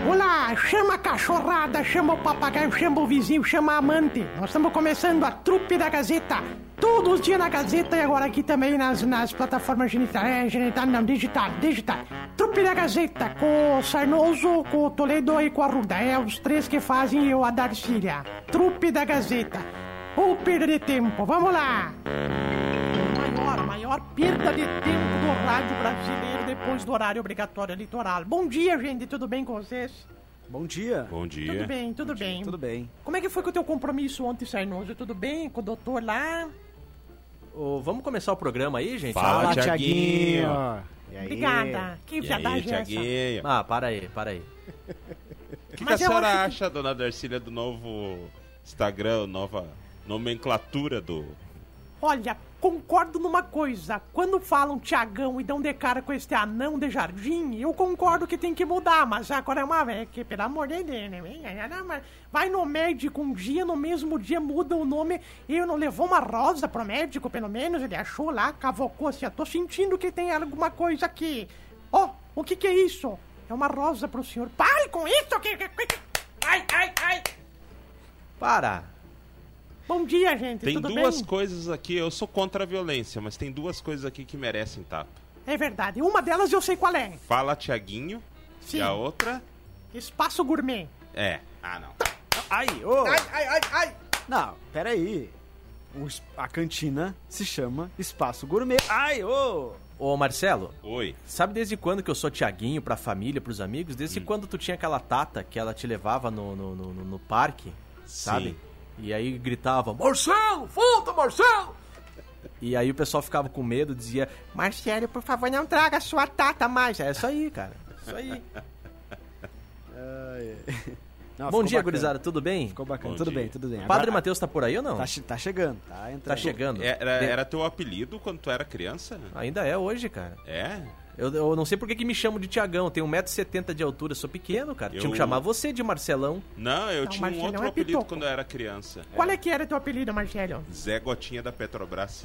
Vamos lá, chama a cachorrada, chama o papagaio, chama o vizinho, chama a amante. Nós estamos começando a trupe da Gazeta. Todos os dias na Gazeta e agora aqui também nas, nas plataformas genital, é, genital não, digital, digital. Trupe da Gazeta, com o Sarnoso, com o Toledo e com a Ruda. É os três que fazem eu a Darcília. Trupe da Gazeta. Ou perda de tempo, vamos lá! maior, maior perda de tempo do rádio brasileiro depois do horário obrigatório eleitoral. Bom dia, gente, tudo bem com vocês? Bom dia. Bom dia. Tudo bem, tudo bem. Tudo bem. Como é que foi com o teu compromisso ontem, Sarnoso? Tudo bem com o doutor lá? Ô, vamos começar o programa aí, gente? Fala, Thiaguinho. E aí? Obrigada. Que E aí, viadagem é essa? Thiaguinho? Ah, para aí, para aí. O que, que a Mas eu senhora acho acha, dona Darcília, do novo Instagram, nova nomenclatura do. Tá Olha, concordo numa coisa. Quando falam Tiagão e dão de cara com este anão de jardim, eu concordo que tem que mudar, mas agora é uma vez que, pelo amor de Deus, né? Vai no médico um dia, no mesmo dia muda o nome. Eu não levou uma rosa pro médico, pelo menos, ele achou lá, cavocou assim, eu tô sentindo que tem alguma coisa aqui. Ó, o que que é isso? É uma rosa pro senhor. Pare com isso! Que, que, que... Ai, ai, ai! Para. Bom dia, gente, Tem tudo duas bem? coisas aqui, eu sou contra a violência, mas tem duas coisas aqui que merecem tapa. É verdade. Uma delas eu sei qual é. Fala, Tiaguinho, Sim. e a outra Espaço Gourmet. é. Ah, não. Ai, ô. Não, peraí. O es- a cantina se chama Espaço Gourmet. Ai, ô! Ô, Marcelo, Oi. sabe desde quando que eu sou Tiaguinho pra família, pros amigos? Desde Hum. quando tu tinha aquela tata que ela te levava no, no, no, no- no parque, sabe? Sim. E aí gritava, Marcelo, volta, Marcelo! E aí o pessoal ficava com medo, dizia, Marcelo, por favor, não traga sua tata mais. É isso aí, cara. Isso aí. Ah, Não, Bom ficou dia, bacana. gurizada, tudo bem? Ficou bacana. Bom tudo dia. bem, tudo bem. Padre Agora- Matheus tá por aí ou não? tá, che- tá chegando, tá entrando. Tá Hum. chegando. Era, É. De- é- era teu apelido quando tu era criança? Ainda é hoje, cara. É? Eu, eu não sei por que, que me chamam de Tiagão. Tenho 1,70m de altura, sou pequeno, cara. Eu- Tinha que chamar você de Marcelão. Não, eu Não, tinha um Marcelo, outro é apelido pitoco. quando eu era criança. Qual é que era teu apelido, Marcelo? Zé Gotinha da Petrobras.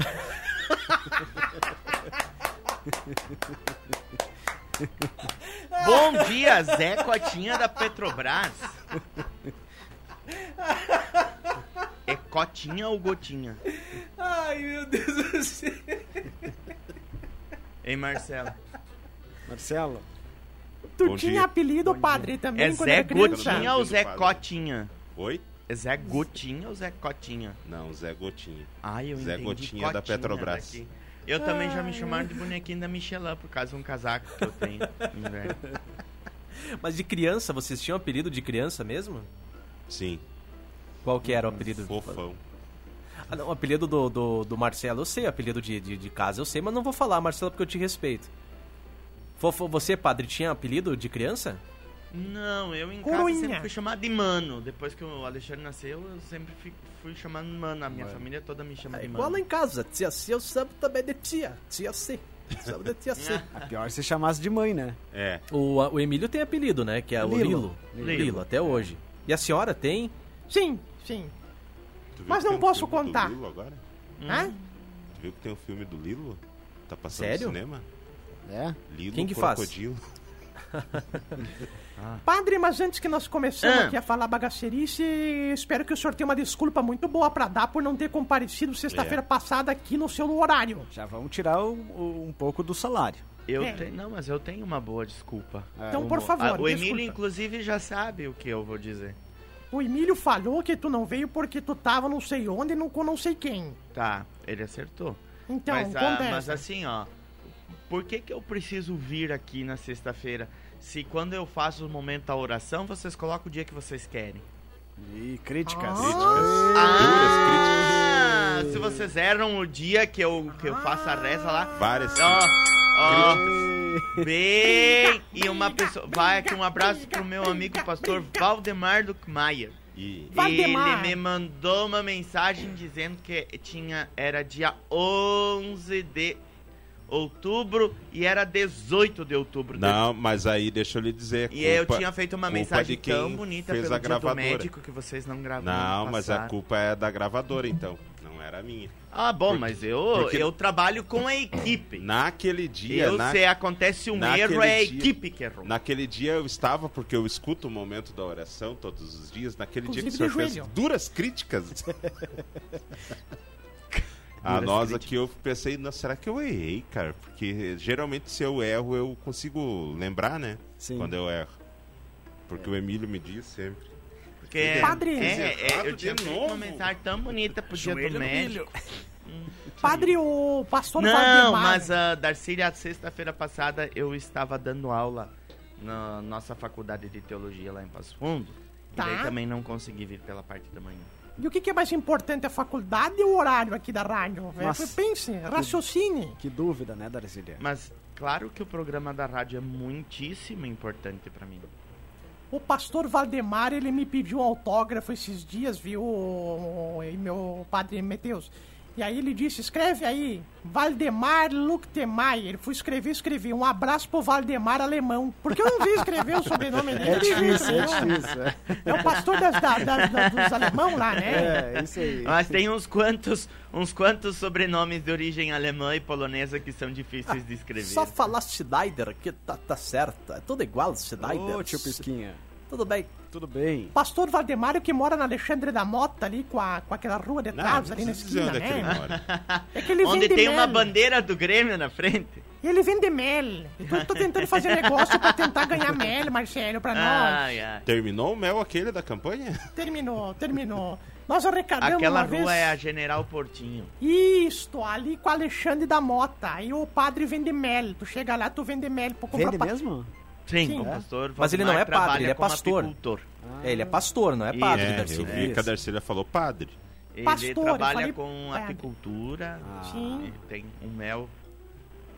Bom dia, Zé Cotinha da Petrobras. É cotinha ou gotinha? Ai, meu Deus do céu. Hein, Marcelo? Marcelo, Tu Bom tinha dia. apelido, padre, também, É quando Zé era criança? Gotinha ou Zé Cotinha? Oi? É Zé Gotinha ou Zé Cotinha? Não, Zé Gotinha. Ai, eu Zé entendi. Gotinha da cotinha Petrobras. daqui. Eu também já me chamaram de bonequinho da Michelin por causa de um casaco que eu tenho no inverno. Mas de criança, vocês tinham apelido de criança mesmo? Sim. Qual que era o apelido? Fofão. Ah, não, o apelido do, do, do Marcelo eu sei, o apelido de, de, de casa eu sei, mas não vou falar, Marcelo, porque eu te respeito. Fofo, você, padre, tinha apelido de criança? Não, eu em casa Coruinha. sempre fui chamado de mano. Depois que o Alexandre nasceu, eu sempre fui, fui chamado de mano. A minha família toda me chama É de igual mano. lá em casa, tia C, eu sabo também de tia. Tia C. Sabo de tia C. a pior se chamasse de mãe, né? É. O, o Emílio tem apelido, né? Que é o Lilo. Lilo. Lilo. Lilo, até hoje. E a senhora tem? Sim, sim. Tu viu Mas que não tem um posso filme do contar. Lilo agora? Hum. Hã? Tu viu que tem um filme do Lilo? Tá passando Sério? no cinema? É? Lilo Quem que faz? Crocodilo. Padre, mas antes que nós começamos Ah. aqui a falar bagaceirice, espero que o senhor tenha uma desculpa muito boa pra dar por não ter comparecido É. sexta-feira passada aqui no seu horário. Já vamos tirar o- o- um pouco do salário. Eu É. tenho, não, mas eu tenho uma boa desculpa. Então, Uma- por favor, Ah, o Emílio, desculpa. inclusive, já sabe o que eu vou dizer. O Emílio falou que tu não veio porque tu tava não sei onde e não com não sei quem. Tá, ele acertou. Então, mas, ah, acontece. mas assim, ó, por que que eu preciso vir aqui na sexta-feira? Se quando eu faço o momento da oração, vocês colocam o dia que vocês querem. E críticas. Críticas. Ah, se vocês eram o dia que eu, que eu faço a reza lá. Várias Ó, ó. Ei, Bem, e uma pessoa. Vai aqui um abraço pro meu amigo pastor Valdemar Maia. E Valdemar. Ele me mandou uma mensagem dizendo que tinha era dia 11 de outubro e era 18 de outubro. Não, mas aí deixa eu lhe dizer. E eu culpa- tinha feito uma culpa mensagem de quem tão bonita fez pelo a dia do gravadora. médico que vocês não gravaram. Não, mas é a passaram. culpa é da gravadora, então. Não não era minha. Ah, bom, mas eu, porque- eu trabalho com a equipe. Naquele dia, eu, na- se acontece um naquele erro, é a dia- equipe que errou. naquele dia eu estava, porque eu escuto o momento da oração todos os dias, naquele dia que Inclusive o senhor de fez joelho. duras críticas. A Duras nós críticas. aqui eu pensei, "Não, será que eu errei, cara? Porque geralmente se eu erro, eu consigo lembrar, né? Sim. Quando eu erro. Porque o Emílio me diz sempre. Porque é, Padre. é, é, eu Errado tinha de feito novo. uma mensagem tão bonita pro dia do médico. Padre, o pastor Não, Valdemar- mas a Darcília, sexta-feira passada, eu estava dando aula na nossa faculdade de teologia lá em Passo Fundo. Tá. E daí também não consegui vir pela parte da manhã. E o que, que é mais importante, a faculdade ou o horário aqui da rádio? velho? Nossa. Pense, raciocine. Que dúvida, né, Darcília? Mas claro que o programa da rádio é muitíssimo importante pra mim. O pastor Valdemar, ele me pediu um autógrafo esses dias, viu, e meu padre Meteus. E aí ele disse, escreve aí, Valdemar Luctemai. Ele foi escrever, escrevi, um abraço pro Valdemar Alemão. Porque eu não vi escrever o sobrenome dele. É de jeito difícil, é nenhum. difícil. é. É o pastor das, da- da- da- dos alemão lá, né? É, é isso aí. Mas tem uns quantos, uns quantos sobrenomes de origem alemã e polonesa que são difíceis de escrever. Só falar Schneider, que tá, tá certo. É tudo igual, Schneider. Ô, tio Pisquinha, Tudo bem. tudo bem? Pastor Valdemário que mora na Alexandre da Mota ali com, a, com aquela rua de Não, trás não Ah, tá ali na precisa dizer esquina, onde é que ele né? mora. É que ele Onde vende tem uma mel. bandeira do Grêmio na frente. E ele vende mel. Então eu tô tentando fazer negócio pra tentar ganhar mel, Marcelo, pra nós. Ai, ai. Terminou o mel aquele da campanha? Terminou, terminou. Nós arrecadamos Aquela uma vez... rua é a General Portinho. Isto, ali com o Alexandre da Mota. Aí o padre vende mel. Tu chega lá, tu vende mel. Pra comprar Vende pa- mesmo? Sim, Sim. o É? pastor Mas ele Valdemar não é padre, trabalha ele é como pastor. apicultor. É, ele é pastor, não é E- padre, é, eu Darcília. vi que a Darcília falou padre. Ele Pastor, eu trabalha falei com padre. Ah. apicultura. Sim. Ele tem um mel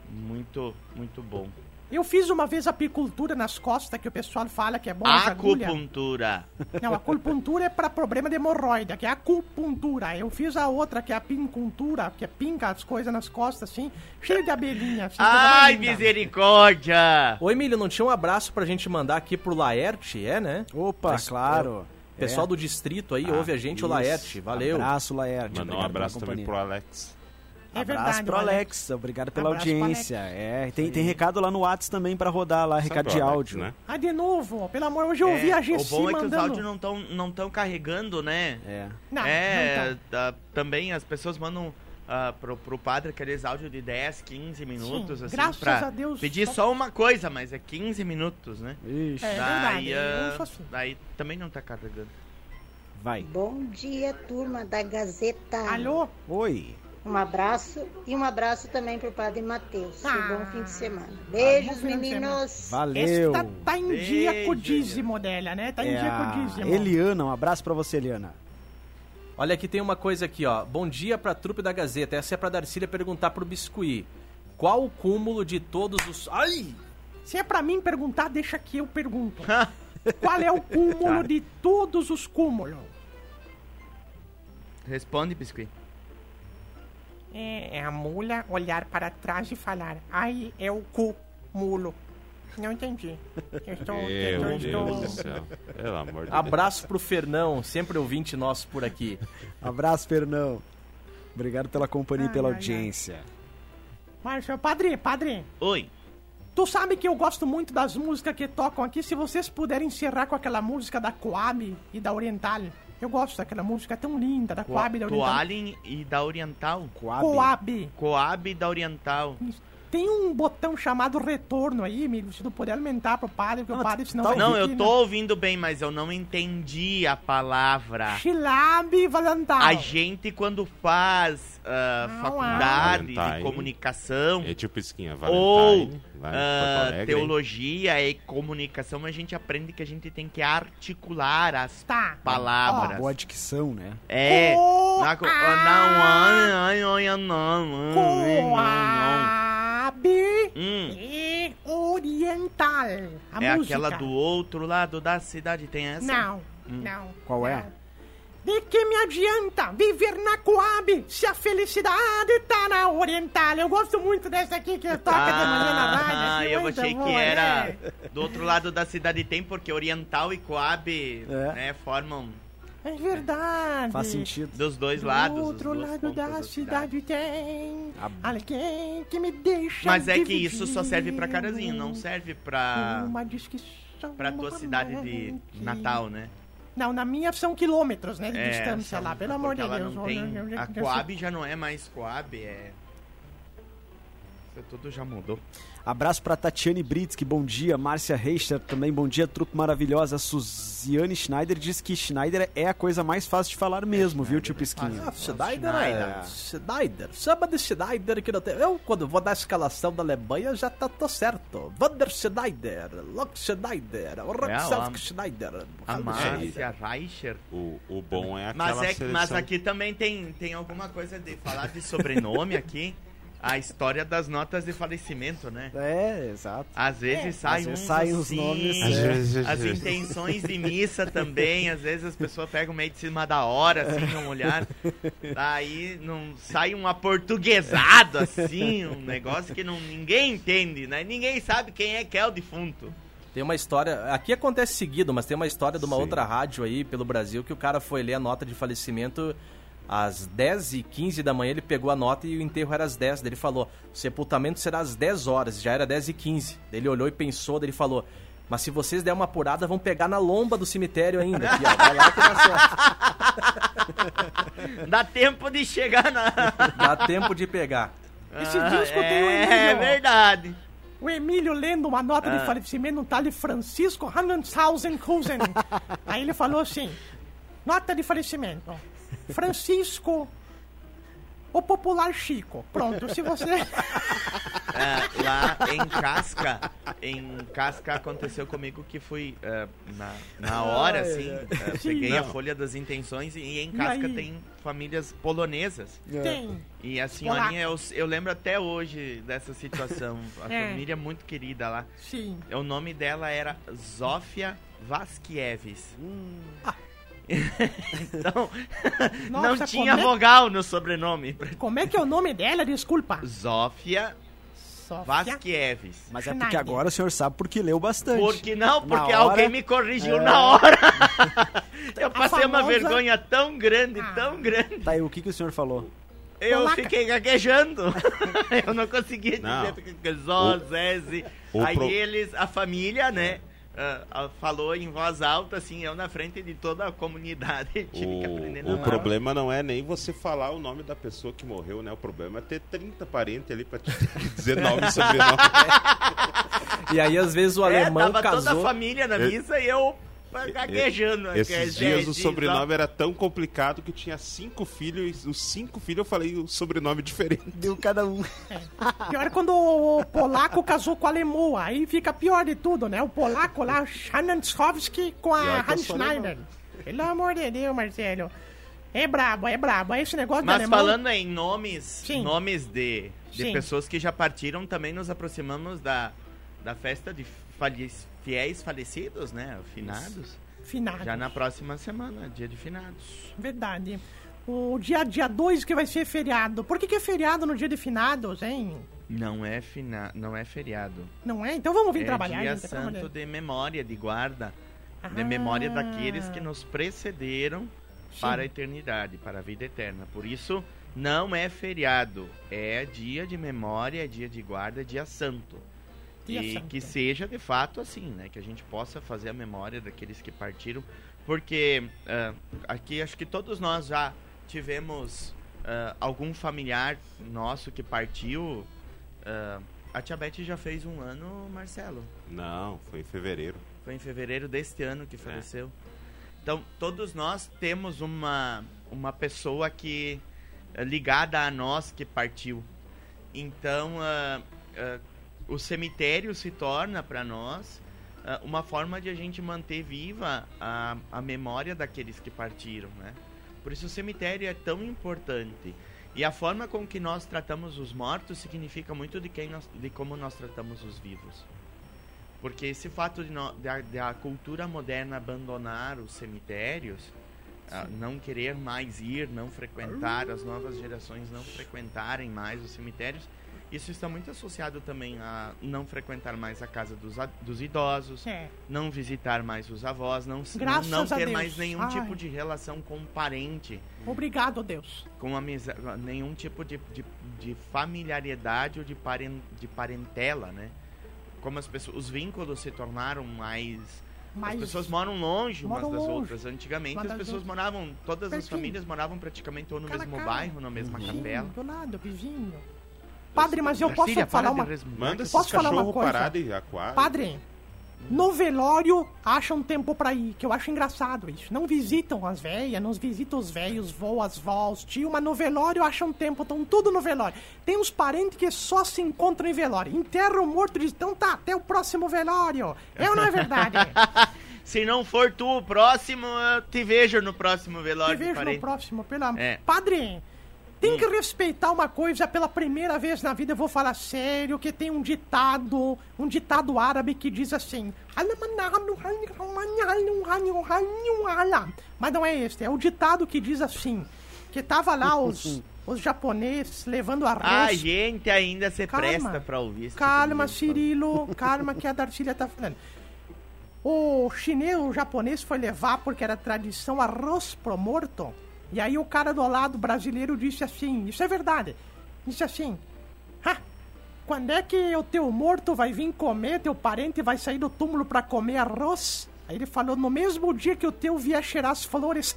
muito, muito bom. Eu fiz uma vez apicultura nas costas, que o pessoal fala que é bom as agulhas. Ah, Acupuntura. Não, a acupuntura é pra problema de hemorroida, que é a acupuntura. Eu fiz a outra, que é a pincultura, que é pinca as coisas nas costas, assim, cheio de abelhinha. Assim, coisa mais Ai, linda. misericórdia! Ô, Emílio, não tinha um abraço pra gente mandar aqui pro Laerte, é, né? Opa, Mas- claro. O pessoal É. do distrito aí Ah, ouve a gente, o isso. Laerte. Valeu. Abraço, Laerte. Mandou obrigado um pela abraço também companhia. pro Alex. É verdade. abraço pro olha. Alex, obrigado pela Abraço pro audiência. É, tem, tem recado lá no Whats também pra rodar lá, recado Sabe de o Alex, áudio. né? Ah, de novo, pelo amor, hoje eu ouvi É, a o Gessi bom é que os mandando... áudios não estão não tão carregando, né? É. Não, é, não tá, também as pessoas mandam ah, pro, pro padre aqueles áudios de 10, 15 minutos, Sim, assim, graças pra a Deus, pedir só- só uma coisa, mas é 15 minutos, né? Ixi, É verdade, daí, eu ah, sou assim. daí também não tá carregando. vai. Bom dia, turma da Gazeta. Alô? Oi. Um abraço e um abraço também pro Padre Matheus. Ah. Um bom fim de semana. Beijos, Ah, bom fim de meninos. Valeu. Esta tá em dia com o Beijo, dízimo dela, né? Tá em É dia com o a dízimo. Eliana, um abraço pra você, Eliana. Olha, aqui tem uma coisa aqui, ó. Bom dia pra trupe da Gazeta. Essa é pra Darcília perguntar pro Biscuit. Qual o cúmulo de todos os... Ai! Se é pra mim perguntar, deixa que eu pergunto. Qual é o cúmulo Tá. de todos os cúmulos? Responde, Biscuit. É, é a mula olhar para trás e falar, ai, é o cu, mulo. Não entendi. Eu estou... Meu eu Deus do estou... céu. Pelo amor de Deus. Abraço pro Fernão, sempre ouvinte nosso por aqui. Abraço, Fernão. Obrigado pela companhia e Ai, pela ai, audiência. Márcio, padre, padre, Oi. tu sabe que eu gosto muito das músicas que tocam aqui, se vocês puderem encerrar com aquela música da Coab e da Oriental. Eu gosto daquela música tão linda, da Coab e da Oriental. Toalhem e da Oriental. Coab. Coab. Coab e da Oriental. Tem um botão chamado retorno aí, amigo, se tu puder aumentar pro padre, porque Ah, o padre senão tá vai Não, vir aqui, eu tô né? ouvindo bem, mas eu não entendi a palavra. Chilab né? Valental. A gente, quando faz ah, Não, faculdade ah. de comunicação É tipo Pisquinha, ou Valentine. vai, ah, Porto Alegre, hein? teologia e comunicação, a gente aprende que a gente tem que articular as Tá. palavras. Boa dicção, né? É. Co- Na co- a- ah, não, ai, ai, ai, não, ai, ai, ai, Coab Hum. e Oriental. A É música. aquela do outro lado da cidade, tem essa? Não, Hum. não. Qual é? não. De que me adianta viver na Coab se a felicidade tá na Oriental? Eu gosto muito dessa aqui que toca de manhã na rádio. Ah, assim, eu muito achei que boa, era né? do outro lado da cidade tem, porque Oriental e Coab É. né, formam É verdade. Faz sentido. Dos dois Do lados. os outro duas lado pontas da cidade tem A- alguém que me deixa. Mas é que isso só serve pra dividido Carazinho, não serve pra, Uma discussão pra tua cidade de romântica. Natal, né? Não, na minha são quilômetros, né? De É, distância lá, pelo amor porque de ela Deus. Não olha, eu- tem, eu- a eu- Coab já não é mais Coab, é. Isso tudo já mudou. Abraço pra Tatiane Brits, que bom dia. Márcia Reister também, bom dia. Trupe maravilhosa. Suziane Schneider diz que Schneider é a coisa mais fácil de falar mesmo, viu, tio Pisquinha? Ah, Schneider, Schneider. é. Schneider. Chama de Schneider que não tem. Eu, quando vou dar a escalação da Alemanha, já tá tô certo. Wander Schneider, Lok Schneider, Roxelk É a- Schneider. A Márcia É. Reicher. O, o bom é aquela Mas, é, seleção. mas aqui também tem, tem alguma coisa de falar de sobrenome aqui. A história das notas de falecimento, né? É, exato. Às vezes sai Às vezes uns saem os assim, nomes, Às é. vezes- As intenções de missa também, às vezes as pessoas pegam meio de cima da hora, assim, não olhar. Aí não, sai um aportuguesado, assim, um negócio que não, ninguém entende, né? Ninguém sabe quem é que é o defunto. Tem uma história. Aqui acontece seguido, mas tem uma história de uma Sim. outra rádio aí pelo Brasil que o cara foi ler a nota de falecimento às 10h15 da manhã. Ele pegou a nota e o enterro era às 10. Daí ele falou: o sepultamento será às 10 horas. Já era 10h15. Daí ele olhou e pensou. Daí ele falou: mas se vocês der uma apurada, vão pegar na lomba do cemitério ainda. Aqui, ó, vai lá que dá certo. Dá tempo de chegar na. Dá tempo de pegar. Esse disco tem um o é, Ah. Emílio. verdade. O Emílio lendo uma nota de falecimento um tal de Francisco Hanenshausen Kusen. Aí ele falou assim: nota de falecimento. Francisco, o popular Chico. Pronto, se você. É, lá em Casca, em Casca aconteceu comigo que fui é, na, na hora, assim, é, Sim, peguei a não. folha das intenções e, em E Casca aí? tem famílias polonesas. Tem. E a senhorinha, eu, eu lembro até hoje dessa situação. A É. família é muito querida lá. Sim. O nome dela era Zófia Vasquieves. Hum. então, não Nossa, tinha como é- vogal no sobrenome. Como é que é o nome dela? Desculpa. Zófia Sofia. Vasquieves. Mas é porque Schneider. agora o senhor sabe porque leu bastante. Porque não, Na porque hora- alguém me corrigiu É. na hora. Eu A passei uma famosa- vergonha tão grande, Ah. tão grande. Tá, e o que, que o senhor falou? Eu Polaca. fiquei gaguejando. eu não conseguia Não. dizer que Zó, Zeze. o Aí pro- É. eles, a família, né? ah, ah, falou em voz alta, assim, eu na frente de toda a comunidade. Tive que aprender O, na o marra. problema não é nem você falar o nome da pessoa que morreu, né? O problema é ter 30 parentes ali pra te dizer nome e sobrenome. E aí, às vezes, o É, alemão tava toda a casou. família na missa e eu ah, gaguejando. né, que é É- Esses dias o Zeze, sobrenome era tão complicado que tinha cinco filhos e os cinco filhos eu falei o sobrenome diferente. Deu cada um. Pior é quando o polaco casou com a lemoa. Aí fica pior de tudo, né? O polaco lá, Hananskowski com a Pior que eu Hans sou Schneider. Pelo amor de Deus, Marcelo. É brabo, é brabo. É esse negócio Mas de alemão. falando em nomes, Sim. nomes de, de Sim. pessoas que já partiram, também nos aproximamos da, da festa de fale- fiéis falecidos, né? Finados. Finado. Já na próxima semana, dia de finados. Verdade. O dia dia 2 que vai ser feriado. Por que, que é feriado no dia de finados, hein? Não é fina, não é feriado. Não é? Então vamos vir é trabalhar. dia gente, pelo amor de santo Deus. de memória, de guarda, de Ah. memória daqueles que nos precederam Sim. para a eternidade, para a vida eterna. Por isso, não é feriado, é dia de memória, é dia de guarda, é dia santo. Dia e santo. que seja de fato assim, né? Que a gente possa fazer a memória daqueles que partiram, porque ah, aqui acho que todos nós já tivemos ah, algum familiar nosso que partiu. Ah, a Tia Beth já fez um ano, Marcelo. Não, foi em fevereiro. Foi em fevereiro deste ano que faleceu. Então, todos nós temos uma, uma pessoa que eh, ligada a nós que partiu. Então, ah, ah, o cemitério se torna para nós ah, uma forma de a gente manter viva a, a memória daqueles que partiram, né? Por isso o cemitério é tão importante. E a forma com que nós tratamos os mortos significa muito de quem nós, de como nós tratamos os vivos. Porque esse fato de, no, da, da cultura moderna abandonar os cemitérios, ah, não querer mais ir, não frequentar, as novas gerações não frequentarem mais os cemitérios, Isso está muito associado também a não frequentar mais a casa dos, a- dos idosos, É. não visitar mais os avós, não, s- Graças não a ter Deus. mais nenhum Ai. tipo de relação com um parente, Obrigado, Deus. com amizade, nenhum tipo de, de, de familiaridade ou de, paren, de parentela, né? Como as pessoas, os vínculos se tornaram mais Mas as pessoas moram longe umas moram das longe. outras. Antigamente Uma as das pessoas outras. moravam, todas as Pertinho. famílias moravam praticamente ou no Cara a mesmo cara. bairro, na mesma vizinho, capela. do lado, vizinho. Padre, mas eu posso Brasília, falar para uma... de resmungar, que Manda eu esses Posso falar uma cachorros coisa? parados e aquar. Padre, no velório acha um tempo pra ir, que eu acho engraçado isso. Não visitam as velhas, não visitam os velhos, vô, as vós, tio, mas no velório acham um tempo, estão tudo no velório. Tem uns parentes que só se encontram em velório. Enterram o morto e dizem, então tá, até o próximo velório. Eu não é verdade. Se não for tu o próximo, eu te vejo no próximo velório. Te vejo parente. no próximo, pelo amor. É. Padre, tem que respeitar uma coisa pela primeira vez na vida, eu vou falar sério, que tem um ditado, um ditado árabe que diz assim. Mas não é este, é o ditado que diz assim, que tava lá os, os japoneses levando arroz. A gente ainda se Calma. presta pra ouvir tipo isso. Calma, tudo isso. Cirilo, calma que a Darcília tá falando. O chinês, o japonês foi levar, porque era tradição, arroz pro morto. E aí o cara do lado brasileiro disse assim, isso é verdade, disse assim, "Ha, quando é que o teu morto vai vir comer, teu parente vai sair do túmulo pra comer arroz? Aí ele falou, no mesmo dia que o teu vier cheirar as flores.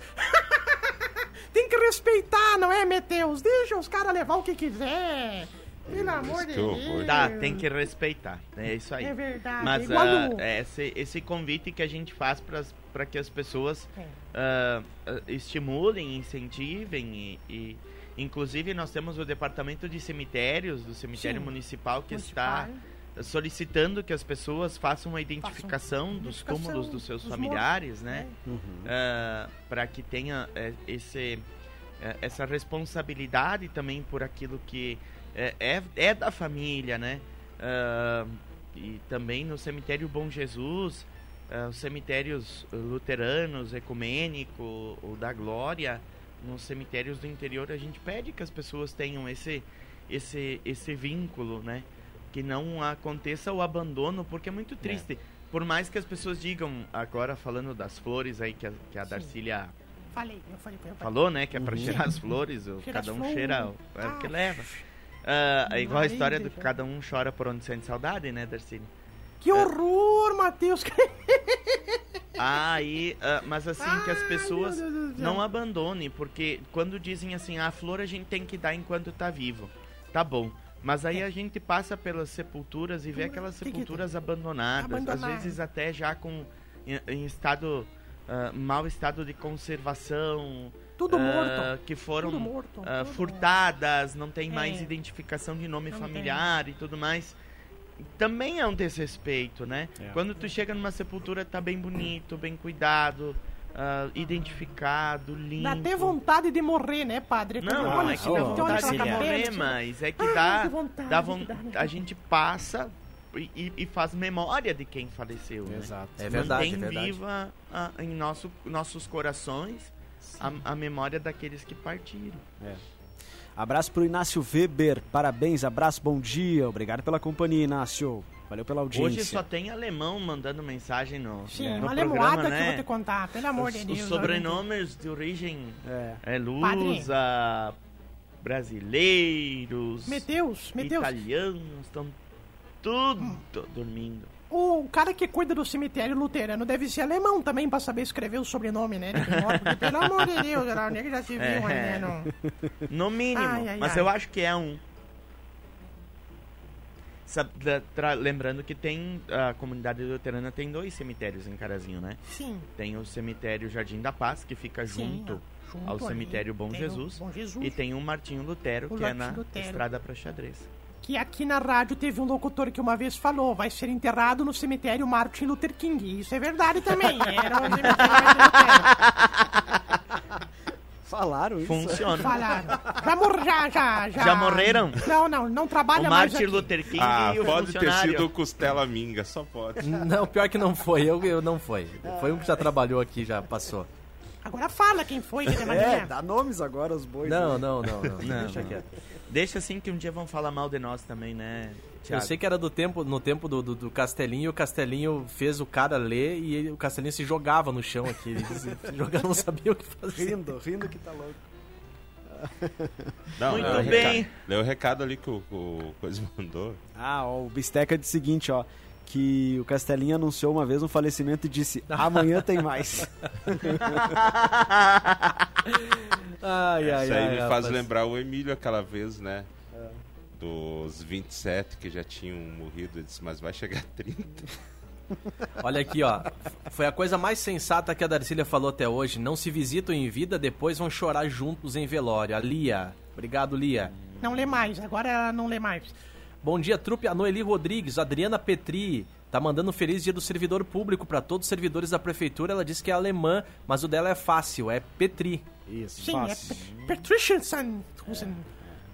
Tem que respeitar, não é, Meteus? Deixa os caras levar o que quiser. Pelo amor de que horror. Deus. Tá, tem que respeitar. É isso aí. É verdade. Mas igual ah, o- esse, esse convite que a gente faz pras- pra que as pessoas É. ah, ah, estimulem, incentivem e, e, Inclusive, nós temos o departamento de cemitérios, do cemitério Sim. municipal, que está Municipal. solicitando que as pessoas façam uma identificação dos identificação túmulos dos seus dos É. familiares, né? Uhum. para Ah, que tenha eh, esse, eh, essa responsabilidade também por aquilo que eh, é, é da família, né? Ah, e também no cemitério Bom Jesus, ah, os cemitérios luteranos, ecumênico, o da Glória, nos cemitérios do interior a gente pede que as pessoas tenham esse esse esse vínculo, né? Que não aconteça o abandono, porque é muito triste. Por mais que as pessoas digam, agora falando das flores aí que a, que a Sim. Darcília Falei, eu falei, eu falei. falou, né? Que é pra Uhum. cheirar as flores, o- Cheira cada um as cheira o flores. o que Ah. leva. Ah, é igual a Amei, história do gente. que cada um chora por onde sente saudade, né, Darcília? Que horror, Matheus. Aí, ah, mas assim, que as Ai, pessoas meu Deus do céu. não abandonem, porque quando dizem assim, "Ah, a flor a gente tem que dar enquanto tá vivo. Tá bom. Mas aí a gente passa pelas sepulturas e vê aquelas É. Que que sepulturas abandonadas, às Abandonadas. vezes até já com em, em estado ah, mau estado de conservação, Tudo ah, morto. que Tudo foram morto. ah, tudo né? furtadas, não tem mais É. identificação de nome Não familiar e tudo mais. Também é um desrespeito, né? É. Quando tu chega numa sepultura, tá bem bonito, bem cuidado, ah, identificado, morto. lindo. Dá até vontade de morrer, né, padre? Não, Quando não, olha é que assim, dá olha aquela vontade de cabela, morrer, tipo, mas é que ah, dá. que vontade, dá que von- dá. A gente passa e, e- e faz memória de quem faleceu. né? Exato. É verdade, é Mantém verdade. viva ah, em nosso, nossos corações a, a memória daqueles que partiram. Abraço pro Inácio Weber, parabéns, abraço, bom dia. Obrigado pela companhia, Inácio. Valeu pela audiência. Hoje só tem alemão mandando mensagem no, Sim, um no uma programa, lemoada que eu né? tá vou te contar, pelo amor de os, Deus. os sobrenomes de origem É. é lusa, brasileiros, Meteus, Meteus, tá italianos, estão Hum. tudo dormindo. o cara que cuida do cemitério luterano deve ser alemão também pra saber escrever o sobrenome, né? de quem morre, porque, pelo amor de Deus, era onde é que já se viu, né? É. não- No mínimo, Ai, ai, mas ai. eu acho que é um. Sab- da- tra- Lembrando que tem a comunidade luterana tem dois cemitérios em Carazinho, né? Sim. Tem o cemitério Jardim da Paz que fica sim, junto junto ao ali, cemitério Bom tem o Jesus, Bom Jesus. e tem o Martinho Lutero O que é Martinho na Lutero. Estrada para Xadrez. que aqui na rádio teve um locutor que uma vez falou, vai ser enterrado no cemitério Martin Luther King. Isso é verdade também. Era o cemitério Martin Luther. Falaram isso? Funciona. Falaram. Já, mor já, já, já. Já morreram? Não, não, não trabalha o mais Martin aqui. Luther King Ah, e o pode ter funcionário. sido o Costela Minga, só pode. Não, pior que não foi, eu, eu não foi. Foi um que já trabalhou aqui, já passou. Agora fala quem foi que tem É, é, dá nomes agora aos bois. Não, né? não, não, não. Não, Deixa não. quieto. Deixa assim que um dia vão falar mal de nós também, né? Eu Thiago? sei que era do tempo, no tempo do, do, do Castelinho, o Castelinho fez o cara ler e ele- o Castelinho se jogava no chão aqui. Ele se jogava, não sabia o que fazer. Rindo, rindo que tá louco. Não, Muito leu o bem. recado- Leu o recado ali que o, o Coisa mandou. Ah, ó, o Bisteca disse o seguinte, ó. Que o Castelinho anunciou uma vez um falecimento e disse: amanhã tem mais. Ai, ai, Isso aí ai, me faz rapaz. lembrar o Emílio aquela vez, né? Dos 27 que já tinham morrido. Eu disse, mas vai chegar a 30. Olha aqui, ó. Foi a coisa mais sensata que a Darcília falou até hoje. Não se visitam em vida, depois vão chorar juntos em velório. A Lia. Obrigado, Lia. Não lê mais, agora ela não lê mais. Bom dia, trupe. A Noeli Rodrigues, Adriana Petri. Tá mandando um feliz dia do servidor público para todos os servidores da prefeitura. Ela disse que é alemã, mas o dela é fácil, é Petri. Isso, Sim, fácil. é Pe- Patricia San-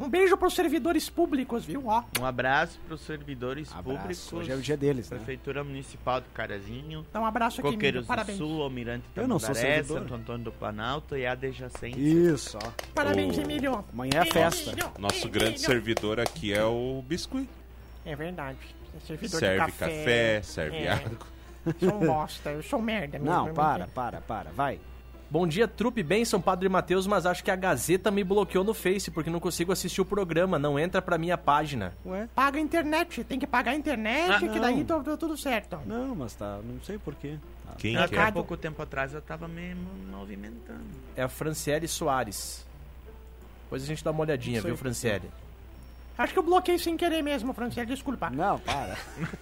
Um beijo pros servidores públicos, viu? Ó, Um abraço para os servidores Abraço. públicos. Hoje é o dia deles, né? Prefeitura Municipal do Carazinho, dá um abraço aqui, Coqueiros amigo. do Parabéns. Sul, Almirante Eu não sou Tamandaré, servidor. Santo Antônio do Planalto e a Adjacência. Isso, ó. Parabéns, Oh. Emílio. Amanhã é Emílio, festa. Nosso Emílio. grande servidor aqui é o Biscuit. É verdade. É servidor de serve café. café, serve É. água. Sou um bosta, eu sou merda. mesmo, é Não, eu para, sei. para, para. Vai. Bom dia, trupe. Benção, Padre Matheus, mas acho que a Gazeta me bloqueou no Face porque não consigo assistir o programa. Não entra pra minha página. Ué? Paga a internet, tem que pagar a internet, Ah, que daí tu- tu- tudo certo. Não, mas tá. Não sei porquê. Quem Até que é? Recado. pouco tempo atrás eu tava me movimentando. É a Franciele Soares. Depois a gente dá uma olhadinha, Isso aí. viu, Franciele? Acho que eu bloqueei sem querer mesmo, Franciele, desculpa. Não, para.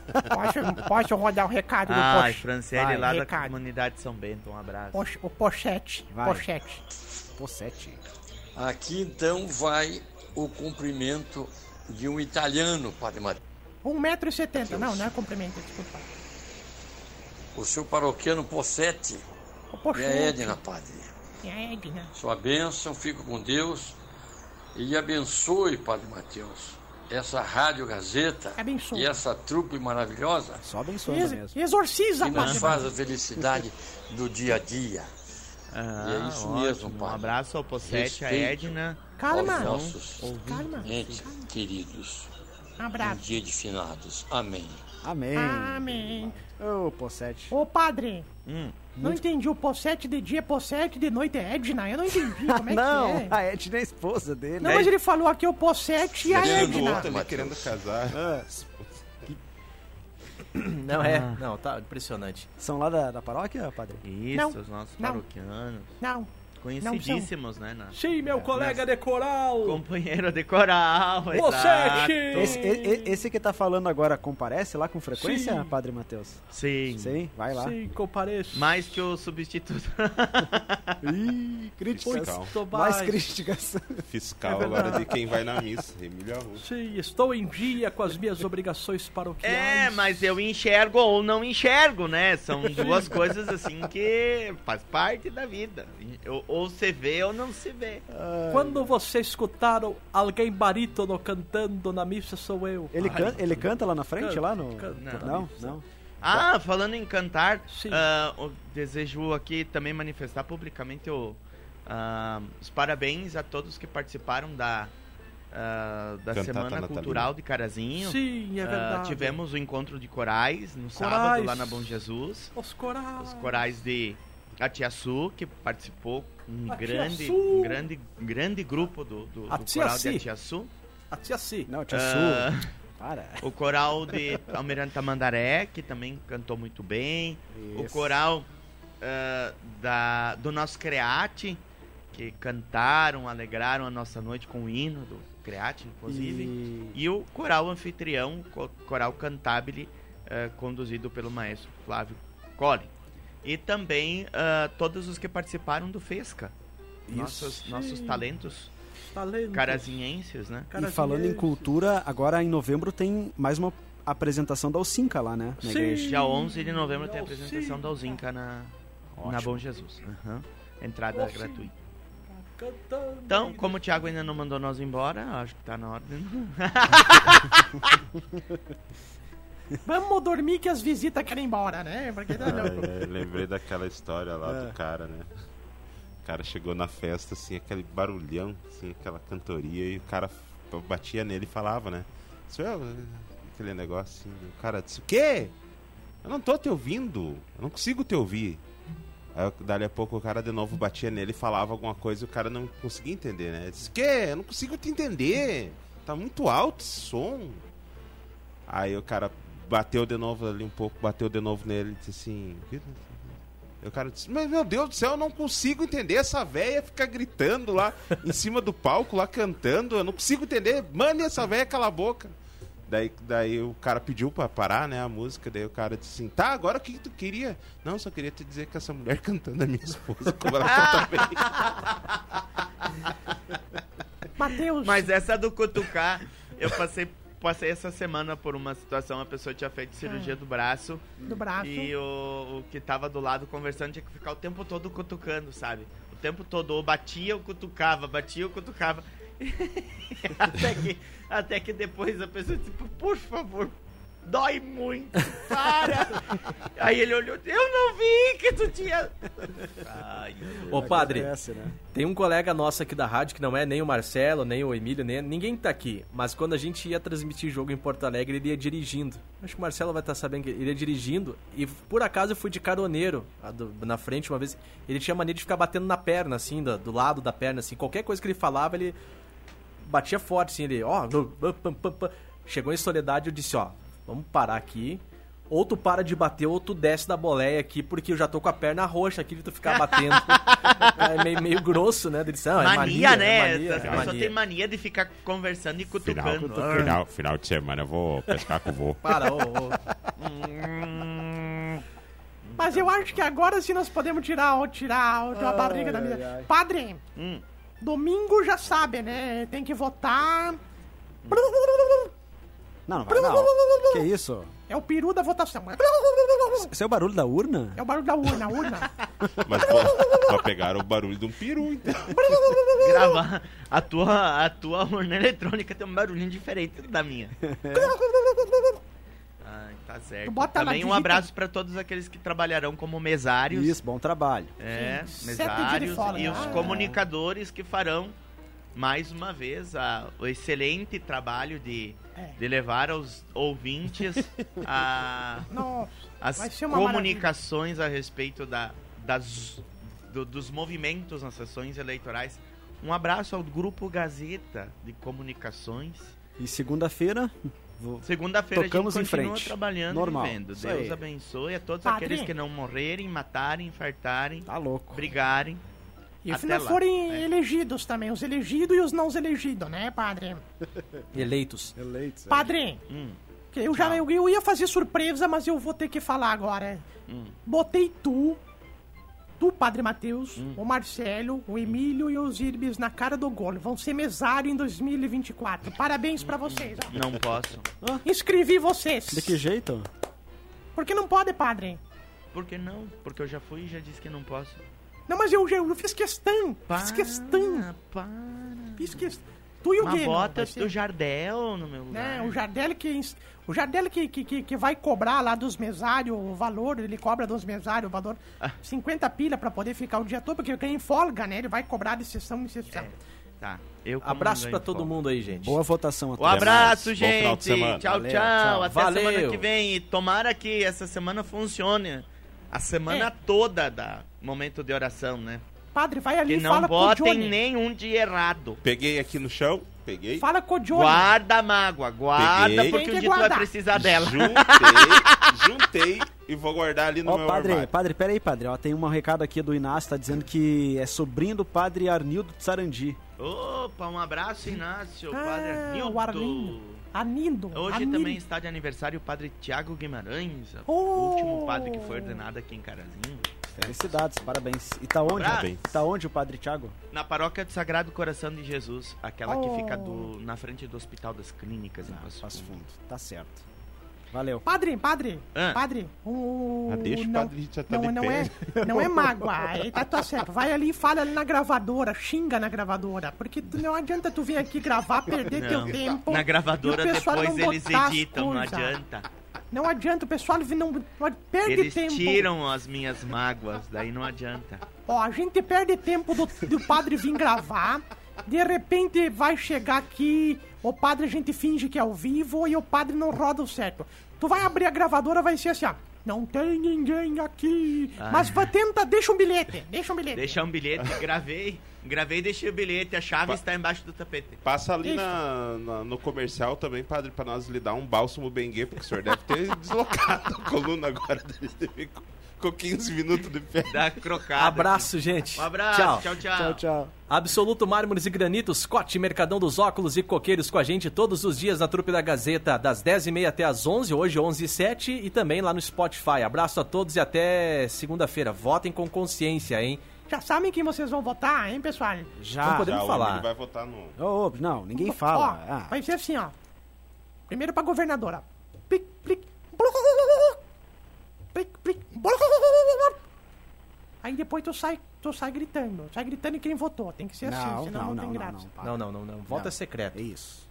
Posso, posso rodar o recado do Ai, post, Franciele Vai, lá da recado. comunidade São Bento, um abraço. post- o pochete, Vai. pochete. Pô, sete. Aqui então vai o cumprimento de um italiano, Padre Matheus. 1,70m, não, não é cumprimento, desculpa. O seu paroquiano Possetti O e pochete, a Edna, Padre. é a Edna. Sua bênção, fico com Deus e abençoe, Padre Mateus, essa Rádio Gazeta Abençoe. e essa trupe maravilhosa Só abençoando Ex mesmo. exorciza, que nos Padre faz a felicidade do dia a dia. Ah, E é isso mesmo, Um padre. abraço ao Possete, à Respeito. Edna. Calma, Aos nossos calma. entes queridos, Um um abraço. dia de finados. Amém. Amém. Ah. Amém. Ô, pô, sete. Ô, padre, Hum, não entendi. O pochete de dia é pochete, de noite é Edna. Eu não entendi como é Não, que é. a Edna é a esposa dele. Não, mas Né? ele falou aqui o pochete e a né? Querendo Querendo Edna. outro ali, Matheus. querendo casar. Ah, Não é? Não, tá impressionante. são lá da, da paróquia, padre? isso, Não, os nossos não. paroquianos. Não. Conhecidíssimos, né? Na... Sim, meu colega de coral! Companheiro de coral. exato. Esse, e- e- esse que tá falando agora comparece lá com frequência, padre Matheus? Sim. Sim, vai lá. Sim, compareço. Mais que o substituto. Ih, críticas. Então. Fiscal. Mais críticas. Fiscal agora de quem vai na missa. Emílio Arruda. Sim, estou em dia com as minhas obrigações paroquiais. É, mas eu enxergo ou não enxergo, né? São duas coisas assim que faz parte da vida. Ou, ou se vê ou não se vê. Quando vocês escutaram alguém barítono cantando na missa, sou eu. Ele, Ai, Tá can- ele canta lá na frente, Canta, lá no. canta. Não, não. Ah, falando em cantar, Sim. ah, eu desejo aqui também manifestar publicamente o, ah, os parabéns a todos que participaram da, ah, da Cantata Semana natalina. Cultural de Carazinho. Sim, é Ah, verdade. tivemos o encontro de corais no sábado Corais. lá na Bom Jesus. os corais. Os corais de Atiaçu, que participou um Atiaçu! grande, um grande, grande grupo do, do, do coral de Atiaci. Atiaçu. A tia Si. Não, tia Ah. Su. Para. O coral de Almirante Tamandaré, que também cantou muito bem. O Isso. coral ah, da, do nosso Create, que cantaram, alegraram a nossa noite com o hino do Create, inclusive. E... E, o coral anfitrião, co- coral cantabile, ah, conduzido pelo maestro Flávio Colli. E também ah, todos os que participaram do Fesca. Nossos, nossos talentos Talento. carazinhenses, né? e falando em cultura, agora em novembro tem mais uma apresentação da Alcinca lá, né? Na Sim. igreja. Dia 11 de novembro tem a Alcinca. apresentação da Alzinca na, na Bom Jesus. Aham. Entrada Alcinca. gratuita. Cantando. Então, como o Thiago ainda não mandou nós embora, eu acho que tá na ordem. Vamos dormir que as visitas querem ir embora, né? Porque tá louco. Ai, ai, lembrei daquela história lá do cara, né? O cara chegou na festa, assim, aquele barulhão, assim, aquela cantoria, e o cara f- batia nele e falava, né? Isso é aquele negócio assim. O cara disse, o quê? Eu não tô te ouvindo. Eu não consigo te ouvir. Aí eu- dali a pouco o cara de novo batia nele e falava alguma coisa e o cara não conseguia entender, né? Ele disse, o quê? Eu não consigo te entender. Tá muito alto esse som. Aí o cara bateu de novo ali um pouco, bateu de novo nele e disse assim. "Vitor, Aí o cara disse, mas meu Deus do céu, eu não consigo entender essa véia ficar gritando lá em cima do palco, lá cantando, eu não consigo entender, mande essa véia calar a boca. Daí, daí o cara pediu pra parar, né, a música, daí o cara disse assim, tá, agora o que que tu queria? Não, só queria te dizer que essa mulher cantando é minha esposa, como ela canta bem. Matheus, Mas essa do cutucar, eu passei, passei essa semana por uma situação, uma pessoa tinha feito cirurgia do braço do braço. e o, o que tava do lado conversando tinha que ficar o tempo todo cutucando, sabe? O tempo todo, ou batia ou cutucava, batia ou cutucava. até, que, até que depois a pessoa disse, por favor, dói muito, para! Aí ele olhou, eu não vi que tu tinha... Ai, meu Deus. Ô, padre, Acontece, né? Tem um colega nosso aqui da rádio que não é nem o Marcelo, nem o Emílio, nem ninguém que tá aqui. Mas quando a gente ia transmitir jogo em Porto Alegre, ele ia dirigindo. Acho que o Marcelo vai estar sabendo que ele ia dirigindo. E por acaso eu fui de caroneiro a do- na frente uma vez. Ele tinha mania de ficar batendo na perna, assim, do, do lado da perna, assim. Qualquer coisa que ele falava, ele batia forte, assim. Ele, ó, blum, blum, pam, pam, pam. chegou em soledade eu disse: ó, vamos parar aqui. Ou tu para de bater, ou tu desce da boleia aqui, porque eu já tô com a perna roxa aqui de tu ficar batendo. é meio, meio grosso, né? Ele disse, não, é Mania, mania, né? É mania, As é pessoas mania. têm mania de ficar conversando e Final, cutucando. Ah, final, final de semana eu vou pescar com o vô. Para, ô, ô. Mas eu acho que agora sim nós podemos tirar, o- tirar o- a barriga da minha. Padre, Hum. domingo já sabe, né? Tem que votar. Não, não vai, não. Que isso? É o peru da votação. Esse é o barulho da urna? É o barulho da urna, urna. Mas pô, só pegaram o barulho de um peru, então. gravar. A tua, a tua urna eletrônica tem um barulhinho diferente da minha. Ai, tá certo. Tu bota na Também um digita- abraço pra todos aqueles que trabalharão como mesários. Isso, bom trabalho. É, Sim, sete dias de mesários folga. e os Ah. comunicadores que farão mais uma vez a- o excelente trabalho de, É. de levar aos ouvintes a, Nossa. Vai as ser uma comunicações a respeito da, das, do- dos movimentos nas sessões eleitorais. Um abraço ao Grupo Gazeta de Comunicações. E segunda-feira, vou- Segunda-feira a gente Tocamos em continua frente. trabalhando Normal. e vivendo. Isso Deus aí. abençoe a todos Padre. aqueles que não morrerem, matarem, infartarem, tá louco. brigarem. E se Até não lá. forem É. elegidos também, os elegidos e os não elegidos, né, padre? Eleitos. Eleitos. Padre, Hum, que eu já eu, eu ia fazer surpresa, mas eu vou ter que falar agora. é. hum. Botei tu, tu, Padre Matheus, o Marcelo, o Emílio e os Irbis na cara do gol. Vão ser mesário em 2024. Parabéns pra vocês. ó. Não posso. Inscrevi vocês. De que jeito? Porque não pode, padre. Por que não? Porque eu já fui e já disse que não posso. Não, mas eu, eu, eu fiz questão. Fiz questão. Para, para. Fiz questão. Tu e o Uma Guilherme. bota vai ser, do Jardel no meu lugar. né, O Jardel que... ins- O Jardel que, que, que, que vai cobrar lá dos mesários o valor, ele cobra dos mesários o valor Ah. 50 pilha pra poder ficar o dia todo, porque tem folga, né? Ele vai cobrar de sessão em sessão. Tá. Eu como Abraço não pra ganho todo folga. mundo aí, gente. Boa votação a Um todos. abraço, mais. Bom final de gente. semana. Tchau, Valeu, tchau. tchau. Até Valeu. semana que vem. E tomara que essa semana funcione. A semana É. toda da momento de oração, né? Padre, vai ali Que e não fala com o botem Johnny. nenhum dia errado. Peguei aqui no chão, peguei. Fala com o Johnny. Guarda a mágoa, guarda, Peguei. porque Tem que um dia tu vai guardar. precisar dela. Juntei, juntei e vou guardar ali no Ó, meu padre, armário. padre, peraí, padre. Ó, tem um recado aqui do Inácio, tá dizendo que é sobrinho do padre Arnildo de Sarandi. Opa, um abraço, Inácio, Ah, Padre o Arlindo. Arnildo. Anindo. Hoje Anindo. também está de aniversário o Padre Tiago Guimarães, Oh. o último padre que foi ordenado aqui em Carazinho. Felicidades, parabéns. E tá onde? Parabéns. Tá onde o padre Tiago? Na paróquia do Sagrado Coração de Jesus, aquela Oh. que fica do- na frente do Hospital das Clínicas né? em Passo Passo Fundo. fundo. Tá certo. Valeu. Padre, padre, Ah. padre, o. Ah, deixa o não, padre, já tá não, de não pé. é, não é mágoa. Ele tá, tá certo. Vai ali e fala ali na gravadora, xinga na gravadora. Porque tu- não adianta tu vir aqui gravar, perder Não. teu tempo. Na gravadora e o pessoal depois não eles botar as editam, não coisa. adianta. Não adianta, o pessoal vi- não, não perde Eles É tempo. tiram as minhas mágoas, daí não adianta. Ó, a gente perde tempo do, do padre vir gravar. De repente vai chegar aqui, o padre a gente finge que é ao vivo e o padre não roda o certo. Tu vai abrir a gravadora, vai ser assim, ó. Não tem ninguém aqui. Mas vai, tenta, deixa um bilhete. Deixa um bilhete. Deixar um bilhete, gravei. Gravei e deixei o bilhete. A chave está embaixo do tapete. Passa ali na- na- no comercial também, padre, pra nós lhe dar um bálsamo Bengue, porque o senhor deve ter deslocado a coluna agora. Ficou- Ficou 15 minutos de pé. Da crocada. Abraço, gente. Um abraço. Tchau. Tchau, tchau. Tchau, tchau. Absoluto Mármores e Granitos, Cote, Mercadão dos Óculos e Coqueiros com a gente todos os dias na Trupe da Gazeta, das 10h30 até as 11 hoje 11 e 7 e também lá no Spotify. Abraço a todos e até segunda-feira. Votem com consciência, hein? Já sabem quem vocês vão votar, hein, pessoal? Não Já. podemos o falar. Emílio vai votar no. Ô, ô, não, ninguém fala. Ó, Ah, Vai ser assim, ó. Primeiro pra governadora. Plic, plic. Plic, plic. Aí depois tu sai, tu sai gritando. Sai gritando quem votou. Tem que ser assim, senão não, tem graça. para. Não, não, não, não. Voto é secreto. É isso.